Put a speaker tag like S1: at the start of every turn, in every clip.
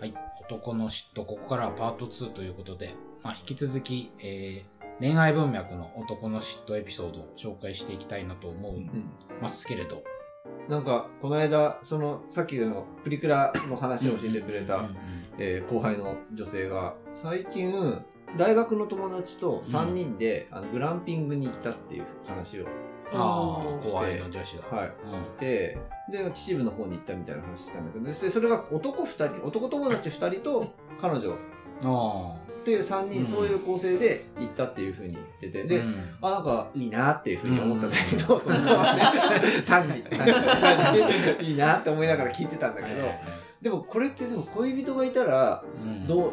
S1: はい。男の嫉妬、ここからはパート2ということで、まあ、引き続き、えー恋愛文脈の男の嫉妬エピソードを紹介していきたいなと思い
S2: うん
S1: ますけれど。
S2: なんか、この間、その、さっきのプリクラの話を教えてくれ
S1: うん
S2: た
S1: う、ん
S2: えー後輩の女性が、最近、大学の友達と3人で、あのグランピングに行ったっていう話を
S1: ああ、
S2: ー
S1: 後輩の女子だ。
S2: はいして、で、秩父の方に行ったみたいな話したんだけど、でそれが男2人、男友達2人と彼女
S1: うん。あ
S2: っていう3
S1: う
S2: 人、
S1: ん
S2: そういう構成で行ったっていうふうに言ってて、
S1: あ。
S2: で、
S1: うん
S2: あ、なんか、いいなっていうふうに思ったんだけ
S1: う
S2: ど、
S1: ん
S2: そのままね、単に、単に単に、いいなって思いながら聞いてたんだ
S1: はいはい
S2: けど
S1: は、い
S2: でもこれってでも恋人がいたら、
S1: うん
S2: どう、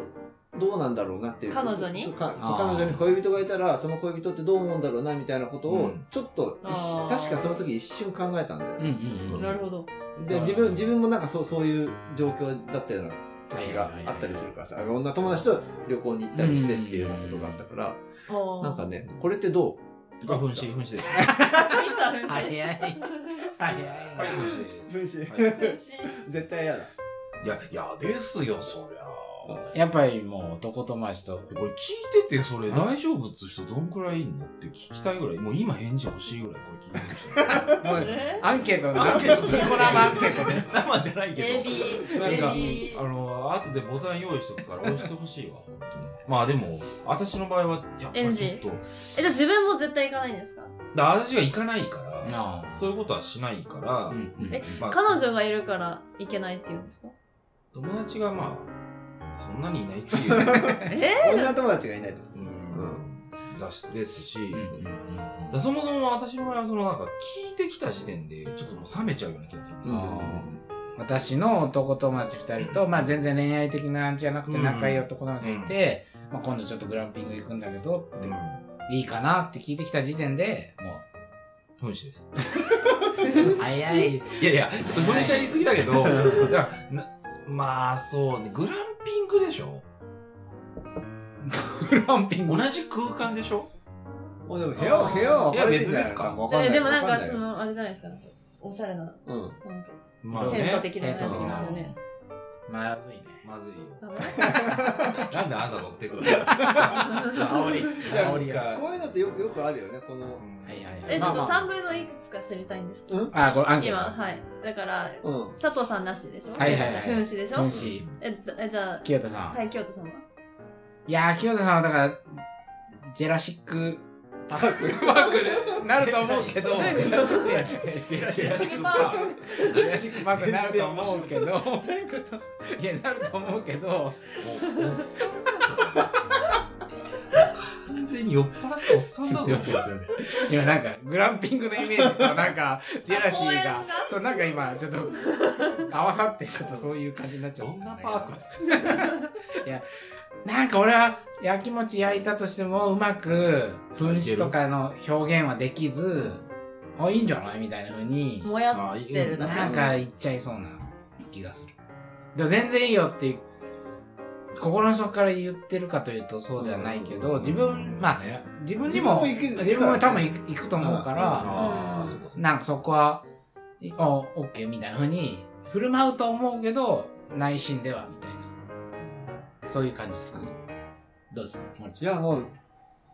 S2: どうなんだろうなっていう。
S3: 彼女に
S2: そうか
S1: あー
S2: 彼女に恋人がいたら、その恋人ってどう思うんだろうなみたいなこと
S1: う
S2: を
S1: ん、
S2: ちょっと一瞬、
S3: あー
S2: 確かその時一瞬考えたんだよ。
S1: うんうんうん。
S3: なるほど。
S2: で自分自分もなんかそうそういう状況だったような時があったりするからさ女友達と旅行に行ったりしてっていうようなことがあったから、
S3: あー
S2: なんか。ねこれってどう
S4: あ、分子、分子です。
S3: ミスター
S1: 早
S3: 分
S1: い。
S3: 身。
S1: 早い。
S4: はい、分子です。
S2: 分子
S4: はい
S3: 分
S2: 絶対嫌だ
S4: いや、いやですよ、そりゃ。
S1: やっぱりもう男友達と、
S4: これ聞いてて、それ大丈夫っつう人どんくらいいんのって聞きたいぐらい、もう今返事欲しいぐらいこれ聞いてる人。
S1: もう
S3: え
S1: アンケートの、
S4: アンケート
S1: ピコラマアンケートね。
S4: 生じゃないけど。
S3: ベビー。
S4: なん
S3: ベ
S4: か
S3: ビ、
S4: あ
S3: ー。
S4: の、後でボタン用意しとくから押してほしいわ、本当に。まあでも、私の場合は、やっぱりちょっと、
S3: え、じゃあ自分も絶対行かないんですか
S4: だ私が行かないから、
S1: あ
S4: そういうことはしないから、
S1: あ。うんうん
S3: え
S4: まあ
S3: 彼女がいるから行けないって言うんですか
S4: 友達がまあ、そんなにいないっていう、
S3: え
S2: 女友達がいないと
S4: うん、脱出ですし、
S1: うんうんうん
S4: だからそもそも私の場合はそのなんか聞いてきた時点でちょっともう冷めちゃうような気がするんです
S1: う
S4: よ
S1: ん私の男友達2人と、まあ、全然恋愛的なんじゃなくて
S4: うん
S1: 仲いい男友達がいて、まあ、今度ちょっとグランピング行くんだけどって、いいかなって聞いてきた時点でも
S4: 分子です。
S1: う早い、
S4: いやいや、ちょっと分子は言い過ぎだけど、だからなまあそうね、グランピングでしょ
S1: グランピン
S4: 同
S1: グ
S4: じ空間でしょ
S2: もうでも部屋は部屋は分かれてんじゃない
S4: いや別ですか
S2: わかんない
S3: でもなん
S2: わ
S3: か
S2: んない
S3: その、あれじゃないですか。おしゃれな、
S2: うん
S3: なんか、
S4: まあね。
S3: テント的なやつ
S1: テ
S3: で
S1: ント的な
S3: すよね。
S1: まずいね
S4: まずいよ。
S3: ダメ
S4: なんであんた乗ってくる の煽り。煽りが。
S2: こういうのってよくよくあるよねこの
S1: はいはいはい
S3: え、ちょっと
S1: まあ
S3: 3分のいくつか知りたいんですけど。
S2: うん
S1: まああこれアンケー
S3: 今、
S1: ト
S3: はい。だから、
S2: うん
S3: 佐藤さんなしでしょ
S1: はいはいはい
S3: 分子でしょ
S1: 分子
S3: え、だえじゃあ、
S1: 清田さん、、
S3: はいい、京都さんは
S1: やー清田さんはだからジェラシック パックパックになると思うけど
S3: どういうこ
S1: ジェラシック
S3: シックパー
S1: ジェラシックパークになると思うけど、いや、なると思うけど、
S4: もうおっさんだぞ完全に酔っ払ったおっさんだぞ。
S1: 今なんか、グランピングのイメージとなんか、ジェラシーが
S3: 公園が、
S1: そう、なんか今、ちょっと、合わさって、ちょっとそういう感じになっちゃっ
S4: ど
S1: た
S4: ん
S1: だ
S4: な
S1: け
S4: パークだよ。
S1: なんか俺は、焼きもち焼いたとしても、うまく、分子とかの表現はできず、あ、いいんじゃないみたいな風に、
S3: もやっ
S4: あいい
S3: てるだけ
S1: なんか言っちゃいそうな気がする。でも全然いいよって、心の底から言ってるかというとそうではないけど、自分、まあ、
S4: ね、
S1: 自分にも
S2: 自分も行く
S1: 自分も多分行く行くと思うから、
S4: ああ、そうかそうか。
S1: なんかそこは「おオッケー」みたいな風に振る舞うと思うけど内心ではみたいなそういう感じですかねどうですか森
S2: い
S1: さん
S2: やもう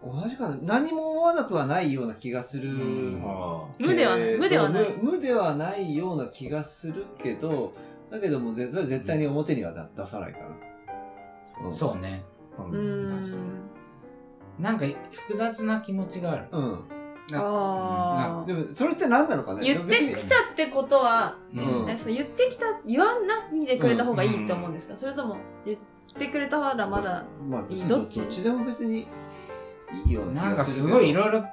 S2: 同じかな何も思わなくはないような気がする、
S1: うん
S4: あ
S3: 無ではない無ではない
S2: えーと無無ではないような気がするけどだけどもうぜそれは絶対に表にはだ出さないから、うん
S1: そうね
S4: あ、う
S3: うー
S1: 出
S3: ん
S1: すなんか複雑な気持ちがある
S2: うん
S3: あ
S2: で
S3: あ
S2: もそれって何なのかね
S3: 言って
S2: でも別
S3: き
S2: に
S3: たってことは、
S1: う
S2: うん
S1: ん
S3: えその言ってきた言わないでくれた方がいいって思うんですか、それとも言ってくれたらまだ
S2: まあ別に
S3: ど
S2: ど
S3: っ
S2: っ
S3: ち
S2: ちでも別にいいよう
S1: な
S2: な気
S1: ん
S2: が
S1: か
S2: す
S1: す
S2: る
S1: ごいい
S2: けど
S1: ろいろ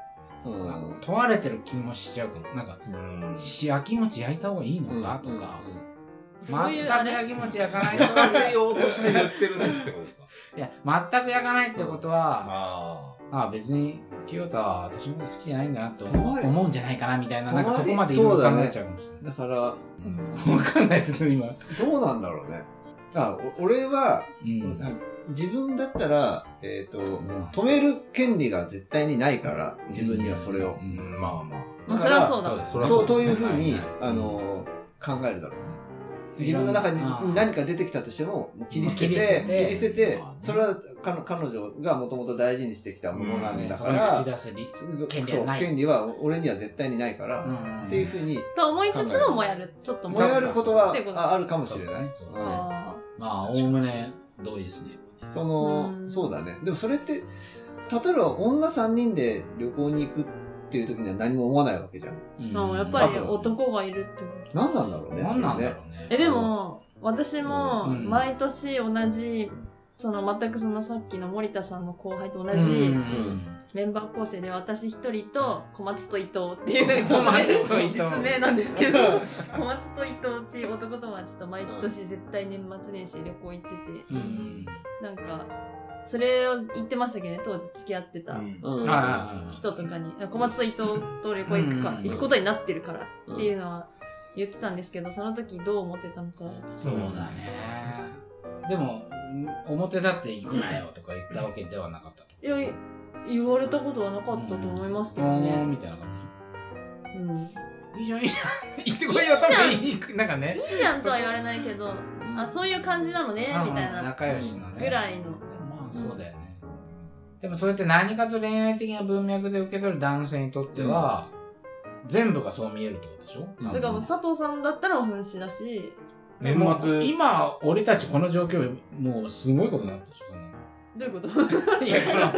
S2: うん
S1: 問われてる気もしちゃうかもなんか
S4: ん。
S1: し焼きもち焼いた方がいいのかとか、
S3: そういうあ
S1: 全く
S3: れ
S1: 焼きもち焼かないと
S4: 任せようとしてやってる説ってことですか
S1: いや全く焼かないってことは、
S4: あ
S1: ああ別に清田は私のこと好きじゃないんだなって
S2: 止
S1: 思
S2: ま
S1: う
S2: れ
S1: 思うんじゃないかなみたいな
S2: 止
S1: な
S2: ま
S1: ん
S2: れ
S1: かそこまでいろいろ考えちゃうかもし
S2: うんだから
S1: れない、うん、分かんないちょっと今、
S2: どうなんだろうねあお俺は
S1: うん
S2: 自分だったら、えっと止める権利が絶対にないから自分にはそれ
S1: う、
S2: を
S4: あ。
S1: ん
S4: まあまあ。
S3: ま
S2: だ
S3: あそ
S2: か
S3: れは
S2: ら
S3: そうだ
S1: だ
S4: そりゃ
S2: と
S4: う
S2: というふうに、
S1: はいはい
S2: あのー考えるだろうね。自分の中に
S1: いろんなあー
S2: 何か出てきたとしても、もう切り捨て
S1: 切り捨
S2: て
S1: て、て
S2: 切り捨てて
S4: まあね、
S2: それは彼彼女がもともと大事にしてきたものな
S1: うんん
S2: だ
S1: そ
S2: か
S1: こに
S2: ら、
S1: 口出すり。
S2: そう
S1: 権利はない
S2: 権利は俺には絶対にないから、
S1: ん
S2: っていうふうに、
S3: と思いつつももやるちょっとも
S2: 燃え
S3: や
S2: る
S3: る
S2: ことは
S3: っていうこと
S2: ああるかもしれない。
S1: そううだね
S2: ん
S3: あ
S1: まあ、おおむね同意ですね。
S2: その、
S3: うん
S2: そうだね。でもそれって、例えば女3人で旅行に行くっていう時には何も思わないわけじゃん。
S1: うん
S3: ーあーやっぱり
S2: 多分
S3: 男がいるってこと
S2: 何なんだろうね。
S1: 何なんだろ
S2: そ
S1: うね。
S3: えでも私も
S1: うん
S3: 毎年同じその全くそのさっきの森田さんの後輩と同
S1: う
S3: じ
S1: ん
S3: メンバー構成で私一人と小松と伊藤っていう
S1: 小松と伊藤
S3: 実名なんですけど
S2: れね
S3: 小松と伊藤っていう男とはちょっと毎年絶対年末年始旅行行ってて、
S1: うん。
S3: なんかそれを言ってましたけどね当時付き合ってた
S4: うん
S2: うん。
S1: ああ。
S3: 人とかに小松と伊藤と旅行行くか
S1: うん
S3: 行くことになってるからっていうのは言ってたんですけどその時どう思ってたのかちょっと
S1: そうだね。でも、ん表立って行くなよとか言ったわけではなかったと。
S3: いやい言われたことはなかったと思いますけど
S1: うんおー
S3: ね。
S1: みたいな感
S3: うん
S1: じ。いいじゃん、いいじゃん。行ってこいよ、多分いい。なんかね。
S3: いいじゃんとは言われないけど、あ、そういう感じなのね、みたい
S1: うん
S3: な
S1: 仲良しのね。
S3: ぐらいの。
S1: まあそうだよね。でもそれって何かと恋愛的な文脈で受け取る男性にとっては、全部がそう見えるってことでしょ
S2: うん
S3: だからもう佐藤さんだったらもう噴死だし、
S4: 年末
S1: もう今、俺たちこの状況、もうすごいことになってる
S3: どう いうこと
S1: 人いや、この、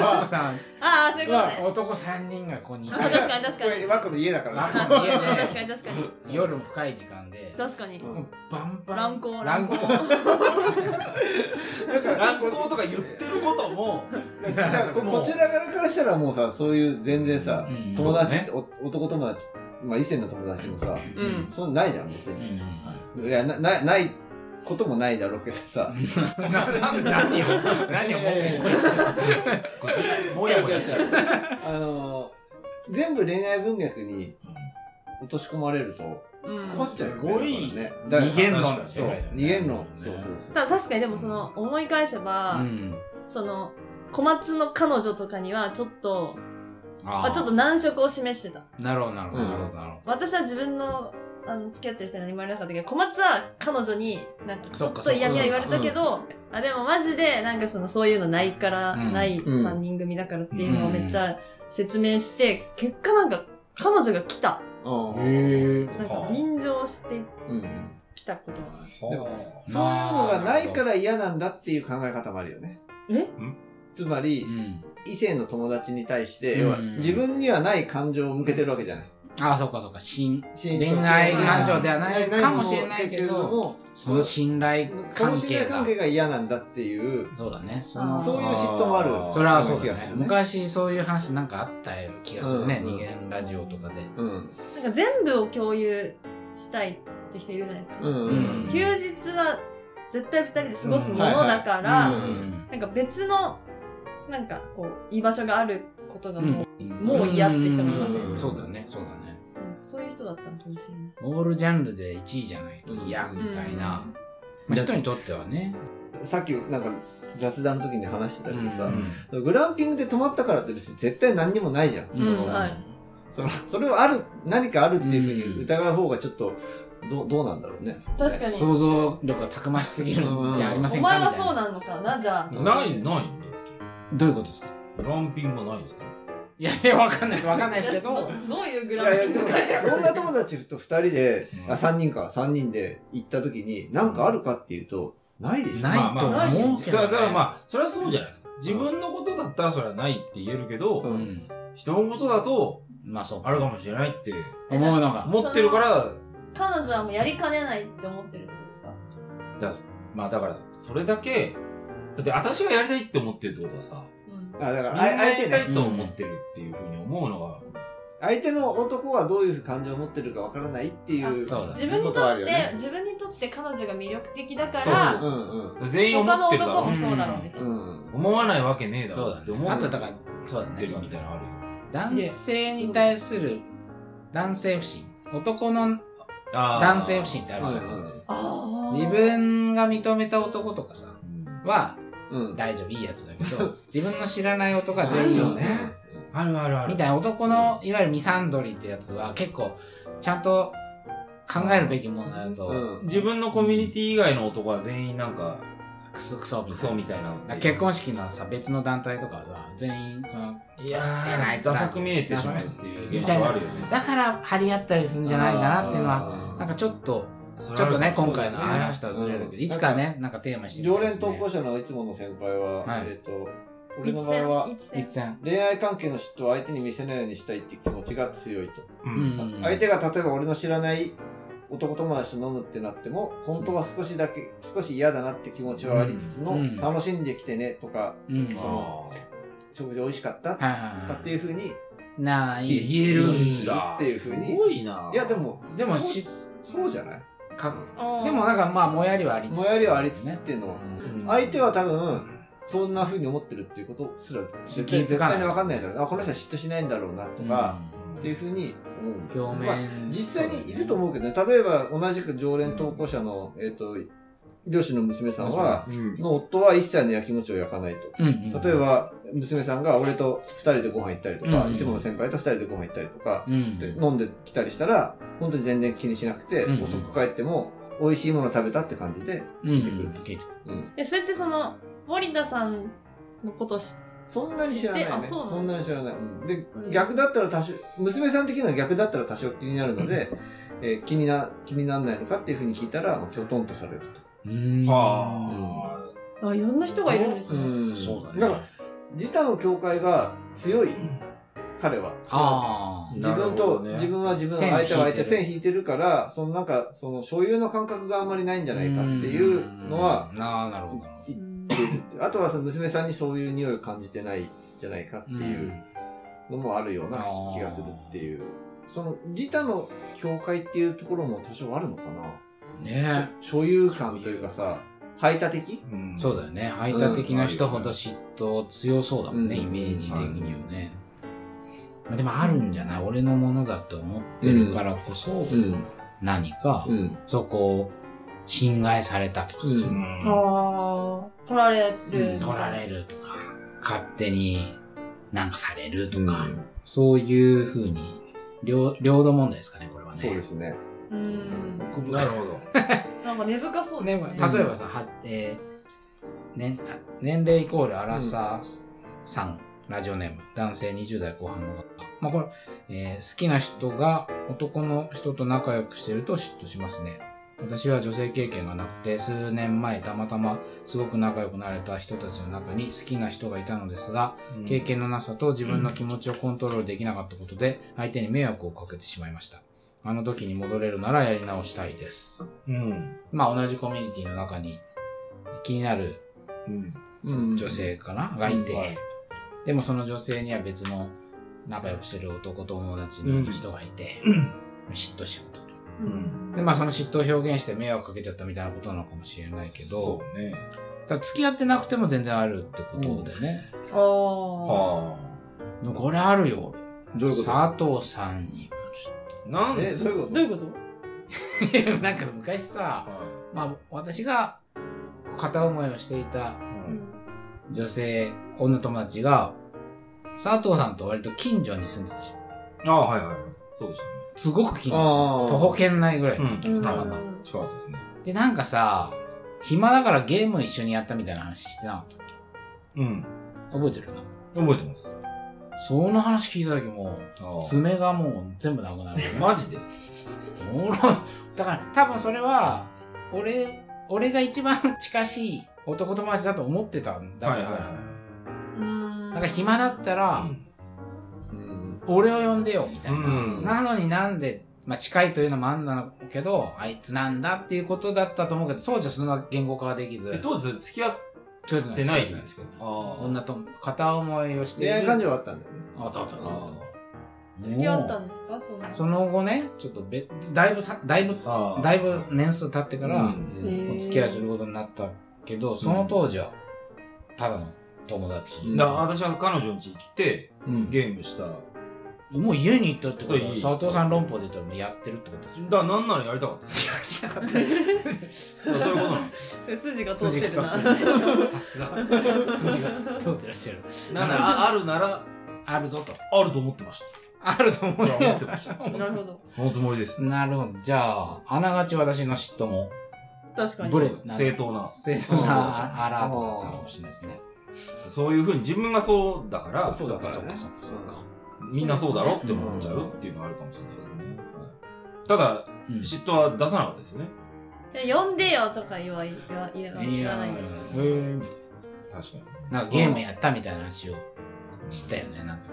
S1: マコさん、
S3: ああ、そういうことね。
S1: 男3人がここにいて
S3: あ、確かに
S2: こ
S3: 確か
S2: れ、
S3: に。
S2: ワックの家だか
S1: ワ
S2: ら
S1: ッ
S2: ね。
S3: あ、
S1: クの
S3: そう
S1: 家
S3: そう
S1: で
S3: 確かに確かに。
S1: 夜も深い時間で、
S3: 確かに。
S2: うん
S1: もうバンバン。
S3: 乱行
S1: 乱行。
S4: 乱行とか言ってることも
S2: だからここちら側からしたらもうさ、そういう全然さ、
S1: うん
S2: 友達って、お男友達、まあ異性の友達もさ、
S1: うん
S3: うん
S2: そんなないじゃん、別に。
S1: う
S2: いや、な、なないこともないだろうけどさ。
S1: んな何を、何を本気に
S4: こうもやもやしちゃう
S2: あのー、全部恋愛文脈に落とし込まれると
S3: うん。
S2: 困っちゃうよね。
S1: すごい
S2: だからねだから
S1: 逃げんのの
S2: そ
S1: 世
S2: う、
S1: 界だよ
S2: 逃
S1: ね
S2: げんの。そうそうそう。
S3: ただ確かにでもその思い返せば、
S1: うん
S3: その小松の彼女とかにはちょっと、
S1: あ
S3: まあ、ちょっと難色を示してた。
S1: なるほど、なるほど、
S2: うん
S1: なるほど、なるほ
S3: 私は自分のあの付き合ってる人に何も言われなかったけど小松は彼女になんかち
S1: そ
S3: ょ
S1: っ
S3: っ
S1: か
S3: と嫌味は言われたけど、あでもマジでなんかそのそういうのないから、
S1: うん
S3: ない
S2: うん
S3: 3人組だからっていうのをめっちゃ説明して、結果なんか彼女が来た
S2: あ
S1: ど。
S2: あ
S1: へえ。
S3: なんか
S4: はあ
S3: 便乗して
S2: うん
S3: きたことは
S2: で
S4: も
S2: そういうのがないから嫌なんだっていう考え方もあるよね。
S3: え
S2: つま
S1: う
S2: り、
S1: ん。
S2: 異性の友達に対して、
S1: うん
S2: 要は自分にはない感情を向けてるわけじゃない。
S1: ああ、そうかそうか。信
S2: 信
S1: 恋愛感情ではないかもしれないけど、
S2: も
S1: その信頼
S2: その
S1: 関
S2: 信
S1: 係
S2: 頼関
S1: が。
S2: 係が嫌なんだっていう、
S1: そうだね。そ
S3: あ
S1: の
S3: ー
S2: そういう嫉妬もある。
S4: あー
S1: それはそう
S2: 気
S1: だ
S2: がす
S1: ね。
S2: るね。
S1: 昔そういう話なんかあったような気がするね。
S2: うん
S1: 二元ラジオとかで。
S2: うん。
S3: なんか全部を共有したいって人いるじゃないですか、
S2: うんうんうん。
S3: 休日は絶対2人で過ごすものだから、
S2: うんはいはい
S1: うん
S3: なんか別のなんかこう居場所があることがもう、
S1: ん
S3: もう嫌って人もいます
S2: よね
S1: うんそうだね、そうだね。
S3: うんそういう人だったのかもしれない。
S1: オールジャンルで1位じゃないと嫌みたいな。まあ人にとってはね。
S2: さっきなんか雑談の時に話してたけどさ
S1: うん、
S2: そのグランピングで泊まったからって別に絶対何にもないじゃん。
S3: うん
S1: うん
S3: はい
S2: そのそれをある、何かあるっていうふう
S1: うん
S2: に疑う方がちょっと、どうどうなんだろうね。
S3: 確かに。
S1: 想像力がたくましすぎるんじゃありませ
S3: お
S1: んか
S3: 前は
S1: みたい
S3: そうなのかなじゃあ。
S4: ないないんだっ
S1: どういうことですか
S4: てグランピングはないんですか
S1: いやいや、わかんないです。わかんないですけど。
S3: どういうグ
S2: い
S3: ラ
S2: や
S3: フィ
S2: い
S3: ックか
S2: や、でも、女友達と二人で、
S4: うん
S2: あ、3人か、三人で行った時に、なんかあるかっていうと、ないでしょ。
S1: ない
S4: まあま
S1: と思う
S4: あ
S1: けど、ね。
S4: それはそれはまあそれはそうじゃないですか自分のことだったらそれはないって言えるけど、
S2: う。
S1: うんん。
S4: 人のことだと
S1: まあそう
S4: あるかもしれないって
S1: 思うのが。
S4: 思ってるから
S3: 彼女はもうやりかねないって思ってるってことですか
S4: だまあだからそれだけだって私がやりたいって思ってるってことはさ
S3: うん。
S2: あだか
S4: みん
S2: ら、
S4: な
S2: あ
S4: や
S2: 相
S4: り
S2: 手
S4: た
S2: ね、
S4: いと思ってるっていうふうに思うのが、
S2: 相手の男はどういう感情を持ってるかわからないっていう。
S1: そうだね
S3: 自分に
S2: ことはあ
S3: とっ
S2: る
S3: て、
S2: よね
S3: 自分にとって彼女が魅力的だか
S4: そう
S3: ら、
S2: うんうん。
S4: 全員思
S3: 他の
S4: ってるだ
S3: 男
S4: ろ
S3: も
S1: う
S4: う
S3: そうだろうみたいうな。
S2: ん。
S4: 思わないわけねえだ
S1: そ
S4: ろ
S1: う
S4: う
S1: だ
S4: って
S1: ね。
S4: 思
S1: あ
S4: っ
S1: とだから、そうだ
S4: て
S1: ね。
S4: る
S1: そう
S4: み
S1: だ
S4: たい
S1: ね
S4: なのあるよ
S1: 男性に対する男性不信。男の
S4: あー
S1: 男性不信ってあるじゃ。
S2: うんん
S3: ああ。
S1: 自分が認めた男とかさ、は
S2: うん。うん。
S1: 大丈夫、いいやつだけど、 自分の知らない男は
S4: あ
S1: 全
S4: る
S1: 員
S4: よねあるあるある
S1: みたいな男のいわゆるミサンドリってやつは結構ちゃんと考えるべきものだと、
S2: うん
S4: 自分のコミュニティ以外の男は全員なんか
S1: クソクソみ
S4: ク
S1: たい
S4: ソ
S1: な
S4: みたいな
S1: だから結婚式のさ別の団体とかはさ全員この
S4: いや
S1: うっせえなあい
S4: ー
S1: つら
S4: ダサく見えてしまうっていう現象あるよね
S1: だから張り合ったりするんじゃないかなっていうのは
S2: は
S1: なんかちょっと
S4: ちょ
S1: ちょっとね
S2: そう
S1: 今
S2: ですね
S1: 回の話とはずれるけど、
S2: うん
S1: いつかねなんかテーマしてみ
S2: 常
S1: たいで
S2: 連
S1: す
S2: 投
S1: ね
S2: 稿者のいつもの先輩は、
S1: はい
S2: えっ、と、俺の場合は、
S3: 一
S1: い
S3: 線
S1: つさん
S2: 恋愛関係の嫉妬を相手に見せないようにしたいって気持ちが強いと。
S4: う
S1: うんん
S2: 相手が例えば俺の知らない男友達と飲むってなっても、本当は少しだけ、少し嫌だなって気持ちはありつつの、
S1: うん
S2: 楽しんできてねとか、
S1: うん
S2: そ
S1: は
S2: の食事美味しかった
S1: い
S2: と
S1: はい
S2: か
S1: は
S2: っ
S1: い
S2: ていうふうに、
S1: なあいい
S4: 言えるんだ
S2: っていうふうに
S4: すごいない
S2: やでも、
S1: でも
S2: そう
S1: し
S2: そうじゃない
S1: か
S3: あー
S1: でもなんかまあもやりはありつつ
S2: もやりはありつつっていうのは、
S4: うん
S2: 相手は多分、そんな風に思ってるっていうことすら絶対
S1: 気づ
S2: 絶
S1: かない
S2: 対に分かんないだろうな。あこの人は嫉妬しないんだろうなとか、っていう風に思うん
S1: うん表
S2: だよまあ
S1: 面
S2: 実際にいると思うけどね、例えば同じく常連投稿者の、えっ、と、漁師の娘さんは、
S4: うん
S2: の夫は一切のやきもちを焼かないと。
S1: うんうん
S2: 例えば、娘さんが俺と二人でご飯行ったりとか、
S1: うん
S2: いつもの先輩と二人でご飯行ったりとか、
S1: うん
S2: で飲んできたりしたら、本当に全然気にしなくて、
S1: うん
S2: 遅く帰っても、美味しいもの食べたって感じで、
S1: うん
S2: てくる
S1: 聞いてくる
S2: うん
S3: えそれってその森田さんのことし
S2: そんなに知らないね
S3: 知ってあ。そうな
S2: そ
S3: の
S2: んなに知らない。うんで、逆だったら多少、娘さん的には逆だったら多少気になるので、えー気にな、気にならないのかっていうふうに聞いたら、ちょとんとされる
S1: うん
S4: はあ
S3: あいろんな人がいるんです
S2: と。
S3: ね、
S2: ん
S1: そうだね
S2: だから、自他の境界が強い、彼は。
S1: あ
S2: 自分と、
S4: なるほどね
S2: 自分は自分、
S1: 線を
S2: 相手
S1: 引い
S2: は相
S1: てる
S2: 手、線引いてるから、そのなんか、その所有の感覚があんまりないんじ
S1: じ
S2: ゃないかっていうのは、
S1: なあなるほど
S2: いい
S3: うん
S2: 言えるってあとはその娘さんにそういう匂いを感じてないんじゃないかっていうのもあるような気がするっていう。その自他の境界っていうところも多少あるのかな
S1: ね
S2: 所所有感というかさ、排他的
S4: うん
S1: そうだよね排他的な人ほど嫉妬強そうだもんね、
S2: うん
S1: イメージ的にはね、まあ、でもあるんじゃない俺のものだと思ってるからこそ、
S2: ん。
S1: 何か、
S2: うん。
S1: そこを侵害されたとかさ、
S2: うん
S4: うん
S3: あー取られる
S1: 取られるとか勝手になんかされるとか、
S2: うん
S1: そういうふうに領領土問題ですかねこれはね
S2: そうですね。
S3: うん
S4: なるほど
S3: なんか根深そう
S1: ね
S3: です
S1: ま
S3: ね
S1: あ例えばさ、はえーね、年齢イコールアラサーさん、ラジオネーム男性20代後半の方、まあこれえー好きな人が男の人と仲良くしてると嫉妬しますね私は女性経験がなくて数年前たまたますごく仲良くなれた人たちの中に好きな人がいたのですが経験のなさと自分の気持ちをコントロールできなかったことで相手に迷惑をかけてしまいましたあの時に戻れるならやり直したいです
S4: うん
S1: まあ同じコミュニティの中に気になる
S4: うん
S2: うん
S1: 女。性かな、がいて、
S4: うんはい
S1: でもその女性には別の仲良くしてる男友達の人がいて、嫉妬しちゃったと
S3: うん
S1: でまあその嫉妬を表現して迷惑かけちゃったみたいなことなのかもしれないけど
S4: そうね
S1: ただ付き合ってなくても全然あるってことだよね、
S3: あー
S4: は
S1: でもこれあるよ俺
S2: どういうこと
S1: 佐藤さんにもちょ
S4: あなん
S2: え、どういうこと
S3: どういうこと
S1: っとなんか昔さ
S4: は
S1: まあ私が片思いをしていた
S4: い
S1: 女性、女友達が、佐藤さんと割と近所に住んでたじゃん。
S4: ああはいはいはいそうですよね
S1: すごく近
S2: あ
S1: 所
S2: ー
S1: です徒歩圏内ぐらいの、
S4: うん
S3: うん
S1: たまたま。
S4: 近かったですね
S1: で、なんかさ、暇だからゲーム一緒にやったみたいな話してなかったっけ
S4: うん
S1: 覚えてるな。
S4: 覚えてます
S1: その話聞いた時も
S4: あ
S1: う、
S4: あ
S1: 爪がもう全部なくなる。
S4: マジで
S1: おもろ だから多分それは、俺、俺が一番近しい男友達だと思ってたんだと思う。
S3: うん
S1: なんか暇だったら、
S2: うん。
S1: 俺を呼んでよみたいな、
S4: うん
S1: なのになんで、まあ、近いというのもあんだけどあいつなんだっていうことだったと思うけど当時はそんな言語化はできず
S4: え当時付き合っ
S1: ちょっと
S4: てないってことですか
S1: 女と片思いをしてい
S2: 恋
S1: る
S2: 愛感情はあったんだよね。
S1: あったあったあったあっ
S3: 付き合った
S1: も
S3: んですかそうの
S1: その後ねちょっと別だいぶさだいぶ
S4: ああ
S1: だいぶ年数経ってから、
S2: うん
S3: へー
S1: お付き合いすることになったけどその当時はただの友達、
S2: うん
S4: だ私は彼女の家行って
S1: うん
S4: ゲームした
S1: もう家に行ったってこと
S4: そう
S1: は佐藤さん論法で言ったらもうやってるってことでしょ
S4: だなんならやりたかったですだそういうことなんです
S3: 筋が通っ
S1: 筋
S3: て
S1: が
S3: る
S1: 通
S3: な
S1: ってる。さすが。筋が通ってらっしゃる。
S4: なんならああるなら
S1: あるぞと。
S4: あると思ってまし
S1: あると思う
S4: それは思ってまし た。
S3: なるほど。
S4: そのつもりです。
S1: なるほど。じゃあ、あながち私の嫉妬も、
S3: 確かに。
S1: ブレ、な
S4: 正当な。
S1: 正当なアラートだったかもしれないですね。
S4: そういうふうに自分がそうだから、
S2: そうだから
S1: そうか、
S2: ね
S1: そうか、そうか。
S4: みんなそうだろって思っちゃうっていうのはあるかもしれないですね。はいただ、
S1: うん
S4: 嫉妬は出さなかったですよね。
S3: え呼んでよとか言わ言わ言わ言わないです。
S1: へー
S4: 確かに。
S1: なんかゲームやったみたいな話をしたよね、なんか。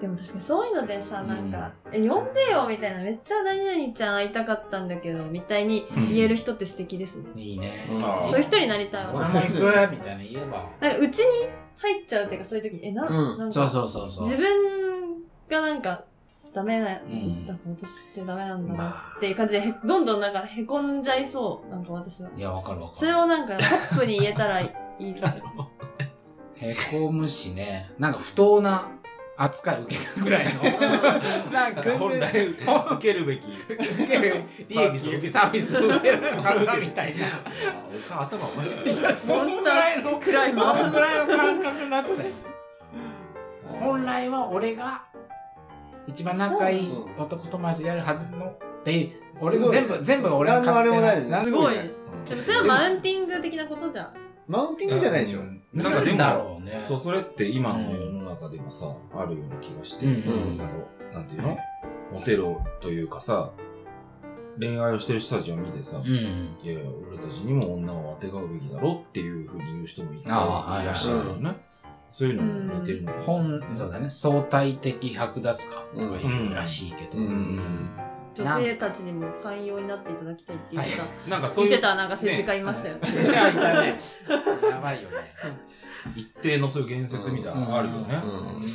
S3: でも確かにそういうのでさ、なんか、え、呼んでよみたいな、めっちゃ何々ちゃん会いたかったんだけど、みたいに言える人って素敵ですね。
S1: いいね。
S2: うん
S4: あー
S3: そういう人になりたい
S1: あ
S3: わ。
S1: んまりそれみたいな言えば。
S3: なんか、うちに入っちゃうっていうか、そういう時に、え、な、
S2: うん
S3: なん
S1: そう
S3: か、
S1: そうそうそう。
S3: 自分がなんか、ダメな、
S1: ん
S3: なんか私ってダメなんだ
S4: ま
S3: なっていう感じで、へどんどんなんか凹んじゃいそう、なんか私は。
S1: いや、わかるわかる。
S3: それをなんか、トップに言えたらいいですよ。
S1: へこむしね、なんか不当な扱い受けたぐらいの。なんか全然
S4: 本来受けるべき。
S1: 受ける利
S4: サービスを受
S1: 益、
S4: ける
S1: サービスを受ける方みたいな。
S4: おか頭おかしい。
S1: そんぐらいの、
S3: くらい
S1: そ
S3: の
S1: んぐらいの感覚になってたよ。本来は俺が一番仲いい男友達であるはずのって、俺の
S2: すごい
S1: 全部、全部が俺の
S2: 何のあれ
S1: 勝手
S2: もないね
S1: な
S3: すごい。
S4: うん
S3: ちょっとそれはマウンティング的なことじゃん。
S2: マウンティングじゃないでしょ。
S4: な
S1: なんん
S4: かでも
S1: だろうね。
S4: そう、それって今の世の中でもさ、あるような気がして、
S1: うん
S2: うん
S4: なんだろう、なんていうのモテろというかさ、恋愛をしてる人たちを見てさ、
S1: うん。
S4: いやいや、俺たちにも女をあてがうべきだろっていうふうに言う人もいてい
S1: ああ
S4: らっしゃるよね。そういうのも似てるのかな
S1: 本、そうだね、相対的剥奪感とかいうらしいけど。
S2: うん
S4: うん
S3: 女性たちにも寛容になっていただきたいっていうか、
S4: なんかそう
S3: 見
S4: い
S3: て
S4: う
S3: たらなんか政治家いましたよ。
S1: いやいたね。やばいよね。
S4: 一定のそういう言説みたいなのがあるよね。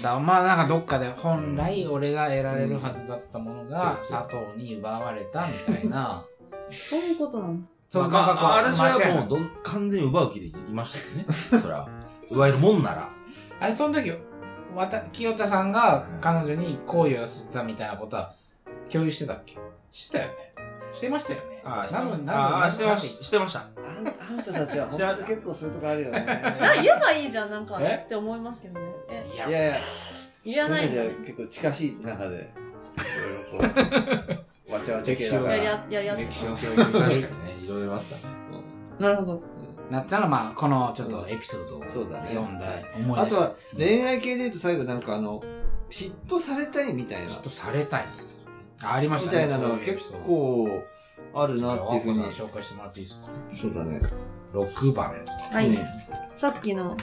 S1: だからまあなんかどっかで本来俺が得られるはずだったものが
S4: うんそう
S1: 佐藤に奪われたみたいな
S3: そういうことなの。
S1: そういう
S4: ま
S1: 感
S4: あ
S1: 覚は
S4: あ私は
S1: 間違いな
S4: も
S1: いう
S4: どん完全に奪う気でいましたよね。そら、奪えるもんなら。
S1: あれその時わた清田さんが彼女に好意を寄せたみたいなことは共有してたっけしてたよねしてましたよね
S4: ああ、して
S1: なのになの
S4: あ
S1: に
S4: あしてまししてました。
S2: あんあんたたちは本当に結構そういうとこあるよね。
S3: な言えばいいじゃん、なんか
S1: え
S3: って思いますけどね。え、
S1: い
S2: いや
S1: や
S2: いや、
S3: いら
S2: 僕
S3: ない
S2: たち
S3: の
S2: は
S3: に
S2: 結構近しい中で、いろいろこ う、わちゃわちゃ系だか
S3: やり
S2: ら。
S3: あやりあって
S1: 歴史の教
S4: 確
S1: 育
S4: か
S1: し
S4: に
S1: て
S4: ね
S1: る、
S4: いろいろあったね。
S3: なるほど。
S1: なったらまあこのちょっとエピソードを
S2: そうだね
S1: 読んだ思い
S2: あ
S1: 出
S2: と
S1: した
S2: は恋愛系で言うと最後なんかあの、嫉妬されたいみたいな
S1: き。っとされたいありま
S2: み
S1: した
S2: た
S1: ね
S2: いなの
S1: そう
S2: は
S1: いうエピ
S2: 結
S1: ソード
S2: 構あるなっていうふう
S1: じゃあ和
S2: に
S1: 子。さん紹介してもらっていいですか
S2: そうだね。
S1: 6番
S3: はい。さっきの、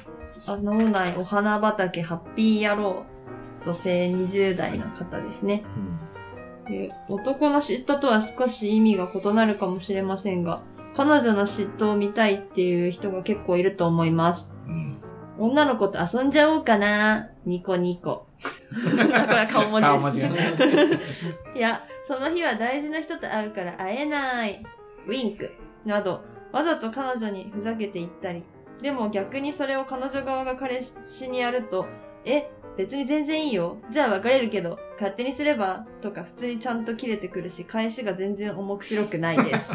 S3: あの脳内お花畑ハッピー野郎、女性20代の方ですね。え男の嫉妬とは少し意味が異なるかもしれませんが、彼女の嫉妬を見たいっていう人が結構いると思います。
S4: うん。
S3: 女の子と遊んじゃおうかな。ニコ ニコ。これは顔文字です。
S1: 顔文字がね
S3: いや、その日は大事な人と会うから会えない。ウィンク。など、わざと彼女にふざけていったり。でも逆にそれを彼女側が彼氏にやると、え、別に全然いいよ。じゃあ別れるけど、勝手にすればとか普通にちゃんと切れてくるし、返しが全然面白くないです。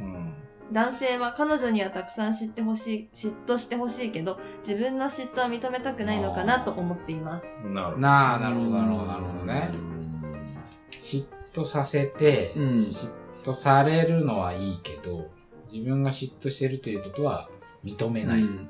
S4: うん。
S3: 男性は彼女にはたくさん知ってほしい、嫉妬してほしいけど、自分の嫉妬は認めたくないのかなと思っています。
S4: なるほど。
S1: なあなるほどなるほどなるほどね嫉妬させて、
S2: うん
S1: 嫉妬されるのはいいけど自分が嫉妬してるということは認めない、
S2: うん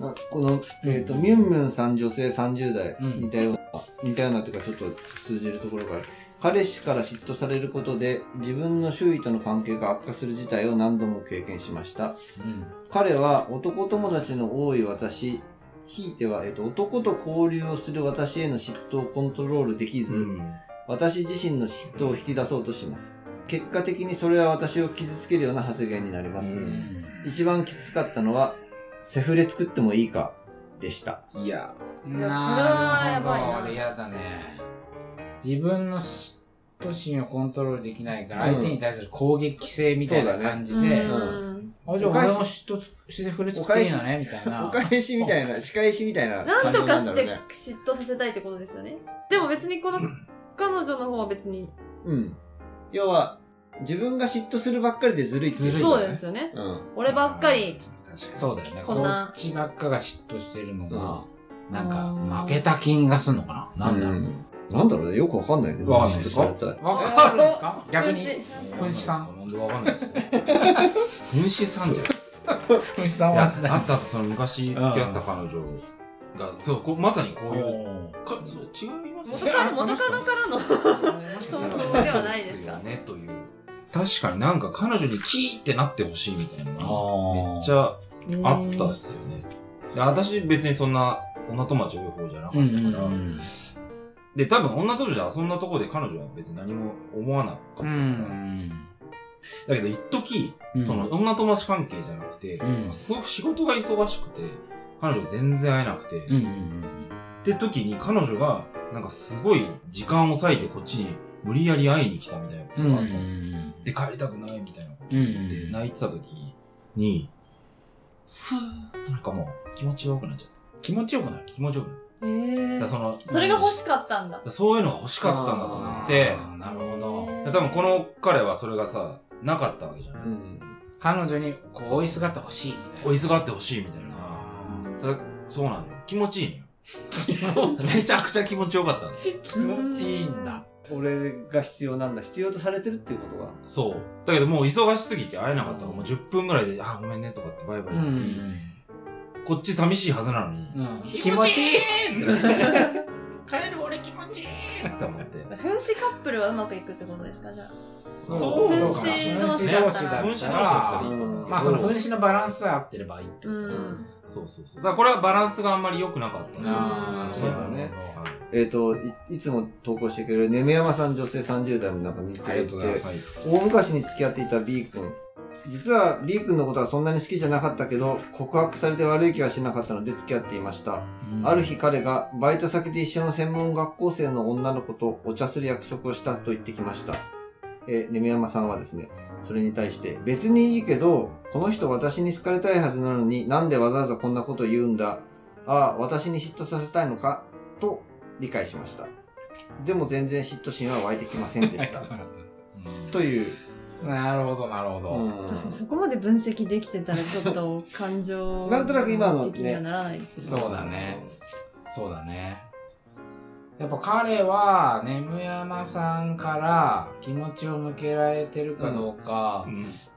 S2: なこの、えっ、と、ミュンミュンさん女性30代、
S1: うん
S2: 似たような、似たようなっていうかちょっと通じるところがある。彼氏から嫉妬されることで自分の周囲との関係が悪化する事態を何度も経験しました。彼は男友達の多い私、ひいては、えっ、と、男と交流をする私への嫉妬をコントロールできず、
S4: うん。
S2: 私自身の嫉妬を引き出そうとします。結果的にそれは私を傷つけるような発言になります。
S4: うん
S2: 一番きつかったのは、セフレ作ってもいいか、でした。
S4: いや。
S1: うん
S3: いや
S1: なる
S3: これはやばい
S1: ほ
S3: な
S1: ど俺嫌だね自分の嫉妬心をコントロールできないから相手に対する攻撃性みたいな感じで、
S2: ね
S3: うん
S1: あじゃあ
S2: お
S1: 俺
S2: 返し
S1: も嫉妬してくれつっていいのねみたいな
S2: お返しみたいな、仕返しみたいな
S3: なん
S2: 感
S3: と
S2: じ
S3: か
S2: なん
S3: し
S2: だろ
S3: て
S2: うね。
S3: 嫉妬させたいってことですよね。でも別にこの彼女の方は別に、
S2: うん。要は、自分が嫉妬するばっかりでずるいってい
S1: ずるい
S2: こ
S3: そ
S2: と
S3: う
S2: だね
S3: ですよね。
S2: うん。
S3: 俺ばっかり。。
S4: 確かに。
S1: そうだよね
S3: こんな
S1: っちばっかが嫉妬してるのが、なん
S3: うん
S1: か負けた気がすんのかななんだろう、
S2: うんなんだろうね、よくわかんないね。
S4: わかんないですか
S2: ちょっとやった
S1: わかるんですか逆
S3: 分
S1: に。
S3: 子
S1: 分子さん
S4: なんでわかんないんですか分子さんじゃん
S1: 分子さん
S4: いや
S1: は。
S4: あったあったその昔付き合ってた彼女がそうこまさにこういうかそう違います
S3: 元
S4: ね
S3: カノ元カノからの
S1: もしかしたら
S3: 投稿ではないですか
S4: よねという確かになんか彼女にキーってなってほしいみたいなのがめっち
S1: ゃ。
S4: ゃあったっ
S3: う
S4: すよねで私別にそんな女友達多い方じゃなかっ
S1: う
S4: た
S1: ん
S4: か
S1: う
S4: ら、
S1: んうん。
S4: で多分女友達遊んだところで彼女は別に何も思わなかった
S1: う
S4: から、
S1: ん。
S4: だけど一時、
S1: うん
S4: その女友達関係じゃなくて、
S1: うん
S4: すごく仕事が忙しくて彼女全然会えなくて、
S1: うんう
S4: っ
S1: んうん。
S4: て時に彼女がなんかすごい時間を割いてこっちに無理やり会いに来たみたいなこ
S1: う
S4: と
S1: んうん
S4: があったんですよ、で帰りたくないみたいなこと
S1: うん。うんうん
S4: で泣いてた時にスーッとなんかもう気持ちが良くなっちゃった
S1: 気持ちよくなる。
S4: 気持ちよくなっ
S3: え
S4: ただから
S3: ー
S4: その
S3: それが欲しかったんだ
S4: だからそういうのが欲しかったんだと思って
S1: あーなるほど。
S4: 多分この彼はそれがさなかったわけじゃない、
S2: うん。
S1: 彼女に、こう、追いすがってほしいみ
S4: 追いすがってほしいみたい
S1: たいな。
S4: な
S1: あ
S4: ただそうなのよ気持ちいいのよめちゃくちゃ気持ちよかったんですよ
S1: ー気持ちいいんだ。
S2: 俺が必要なんだ。必要とされてるっていうことが。
S4: そうだけどもう忙しすぎて会えなかったからもう10分ぐらいで「あごめんね」とかってバイバ
S1: う
S4: イ
S1: ん
S4: って、こっち寂しいはずなのに、
S1: うん。うん
S4: 気持ちいいってなって
S3: 帰る俺気持ちいい
S4: って思って
S3: 分子カップルはうまくいくってことですかじゃあ
S4: そう
S1: そう
S3: 分
S1: か。
S3: 子
S1: 分
S3: 同
S1: 子
S3: 士だったら
S1: 同士だ
S4: 分
S1: った
S4: 子同士だったら
S1: ら
S4: いいと思うけど
S1: まあその分子のバランスが合ってればいいって
S3: う
S1: こと。
S3: ん
S4: そうそうそうだからこれはバランスがあんまり良くなかった
S1: あ
S4: ん
S1: あ、
S4: です
S1: そう
S4: よ
S1: だね。
S2: えっ、とい、いつも投稿してくれる、ねめやまさん女性30代の中に言って
S1: あ
S2: く
S1: り
S2: れ
S1: が
S2: て
S1: とうございます。
S2: 大昔に付き合っていた B 君。実は B 君のことはそんなに好きじゃなかったけど、告白されて悪い気はしなかったので付き合っていました。
S1: うん
S2: ある日彼がバイト先で一緒の専門学校生の女の子とお茶する約束をしたと言ってきました。えー、ねみやまさんはですね、それに対して、別にいいけど、この人私に好かれたいはずなのになんでわざわざこんなこと言うんだ。ああ、私に嫉妬させたいのか、と理解しました。でも全然嫉妬心は湧いてきませんでし た。という。
S1: なるほど、なるほど。
S2: うん
S3: 確かにそこまで分析できてたらちょっと感情
S2: なんとなく今のね
S3: 的にはならないです
S1: そうだね。そうだね。やっぱ彼は、眠山さんから気持ちを向けられてるかどうか、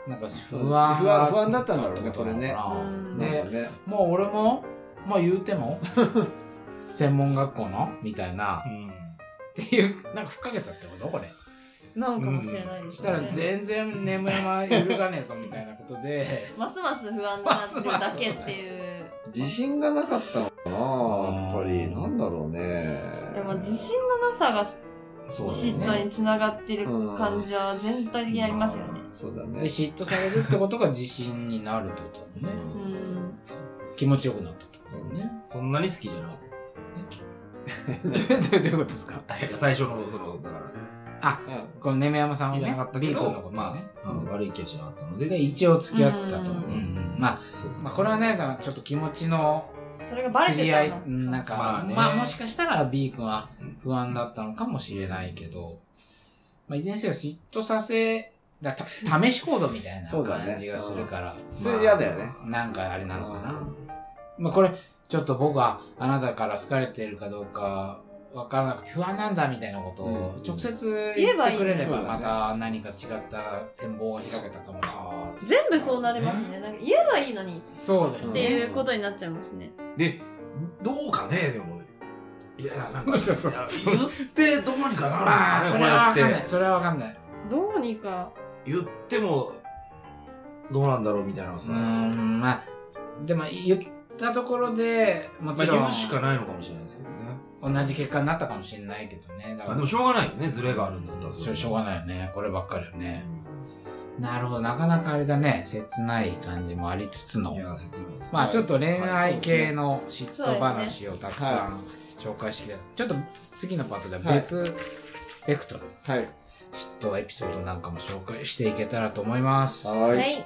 S1: なんか不安
S2: 不安不安だったんだろうね
S1: ことなのかな
S3: これねうん
S1: で
S2: なん、かね
S1: もう俺も、まあ言うても、 専門学校のみたい な、っていう、なんかふっかけたってことこれ。
S3: なんかもしれないですね
S1: そしたら全然眠山揺るがねえぞみたいなこと で、
S3: ますます不安になってるだけっていう
S2: 自信がなかったのかなやっぱり。なんだろうね。
S3: でも自信のなさが
S1: そうだ
S3: 嫉
S1: よ
S3: 妬
S1: ね。
S3: につながってる感じは全体的にありますよね
S2: そうだ
S1: で、
S2: ね。
S1: 嫉妬されるってことが自信になるってことだよね。
S3: うん、
S1: 気持ちよくなったってことだよね。
S4: そんなに好きじゃなかっ
S1: どういうことですか
S4: たですね最初のそのだから
S2: う
S1: このねめやまさんは
S4: 好きじゃ
S1: ね
S4: なかった、け
S1: B
S4: ど
S1: 君のこと
S4: ま
S1: ね。
S4: あうん悪い気はしなかったので
S1: で、一応付き合ったと。うう
S3: うんん
S1: んま
S4: そう
S1: あ、まあ、これはね、だからちょっと気持ちの
S3: それがバレ
S1: 釣
S3: て
S1: り
S3: た
S1: 合い、
S3: の
S1: うんなんか、ま
S4: ま
S1: あ
S4: あね
S1: もしかしたら B 君は不安だったのかもしれないけど、まあ、いずれにせよ嫉妬させ、だた試し行動みたいな
S2: そうだね
S1: 感じがするから、
S2: んそれ嫌だよね。
S1: なんかあれなのかな。まあ、これ、ちょっと僕はあなたから好かれてるかどうかわからなくて不安なんだみたいなことを
S2: うん
S1: 直接
S3: 言
S1: 言
S3: え
S1: っ
S3: ば
S1: て
S3: いい
S1: くれれ
S2: そう
S1: ば
S2: だね
S1: また何か違った展望が開けたかもしれない。
S4: あ
S3: 全部そうなりますねなんか言えばいいのに
S1: そうだよ
S3: っ
S1: ね。
S3: ていうことになっちゃいますね
S4: ーでどうかねでもいやなんか
S1: もしかしたら
S4: いや言ってどうにかな
S1: ま
S4: るん
S1: あ、
S4: です
S1: そ
S4: か
S1: れ
S4: ね
S1: はわか
S4: こう
S1: んな
S4: やっ
S1: い。
S4: て
S1: それはわかんない。
S3: どうにか
S4: 言ってもどうなんだろうみたいなの
S1: う
S4: さ
S1: ーん、まあ、でも言ったところでも
S4: まあ
S1: ちろん、
S4: 言うしかないのかもしれないですけどね
S1: 同じ結果になったかもしれないけどね。だ
S4: あでもしょうがないよねズレがあるんだったら
S1: しょしょうがないよね。こればっかりよ
S4: い
S1: ね。なるほど。なかなかあれだね。切ない感じもありつつの
S4: い。や説明ですね
S1: まあちょっと恋
S2: はい
S1: 愛系の嫉妬話をたくさん紹介してきた。ちょっと次のパートでは別ベクトル、
S2: はい。
S1: 嫉妬エピソードなんかも紹介していけたらと思います。
S2: は。
S3: はいい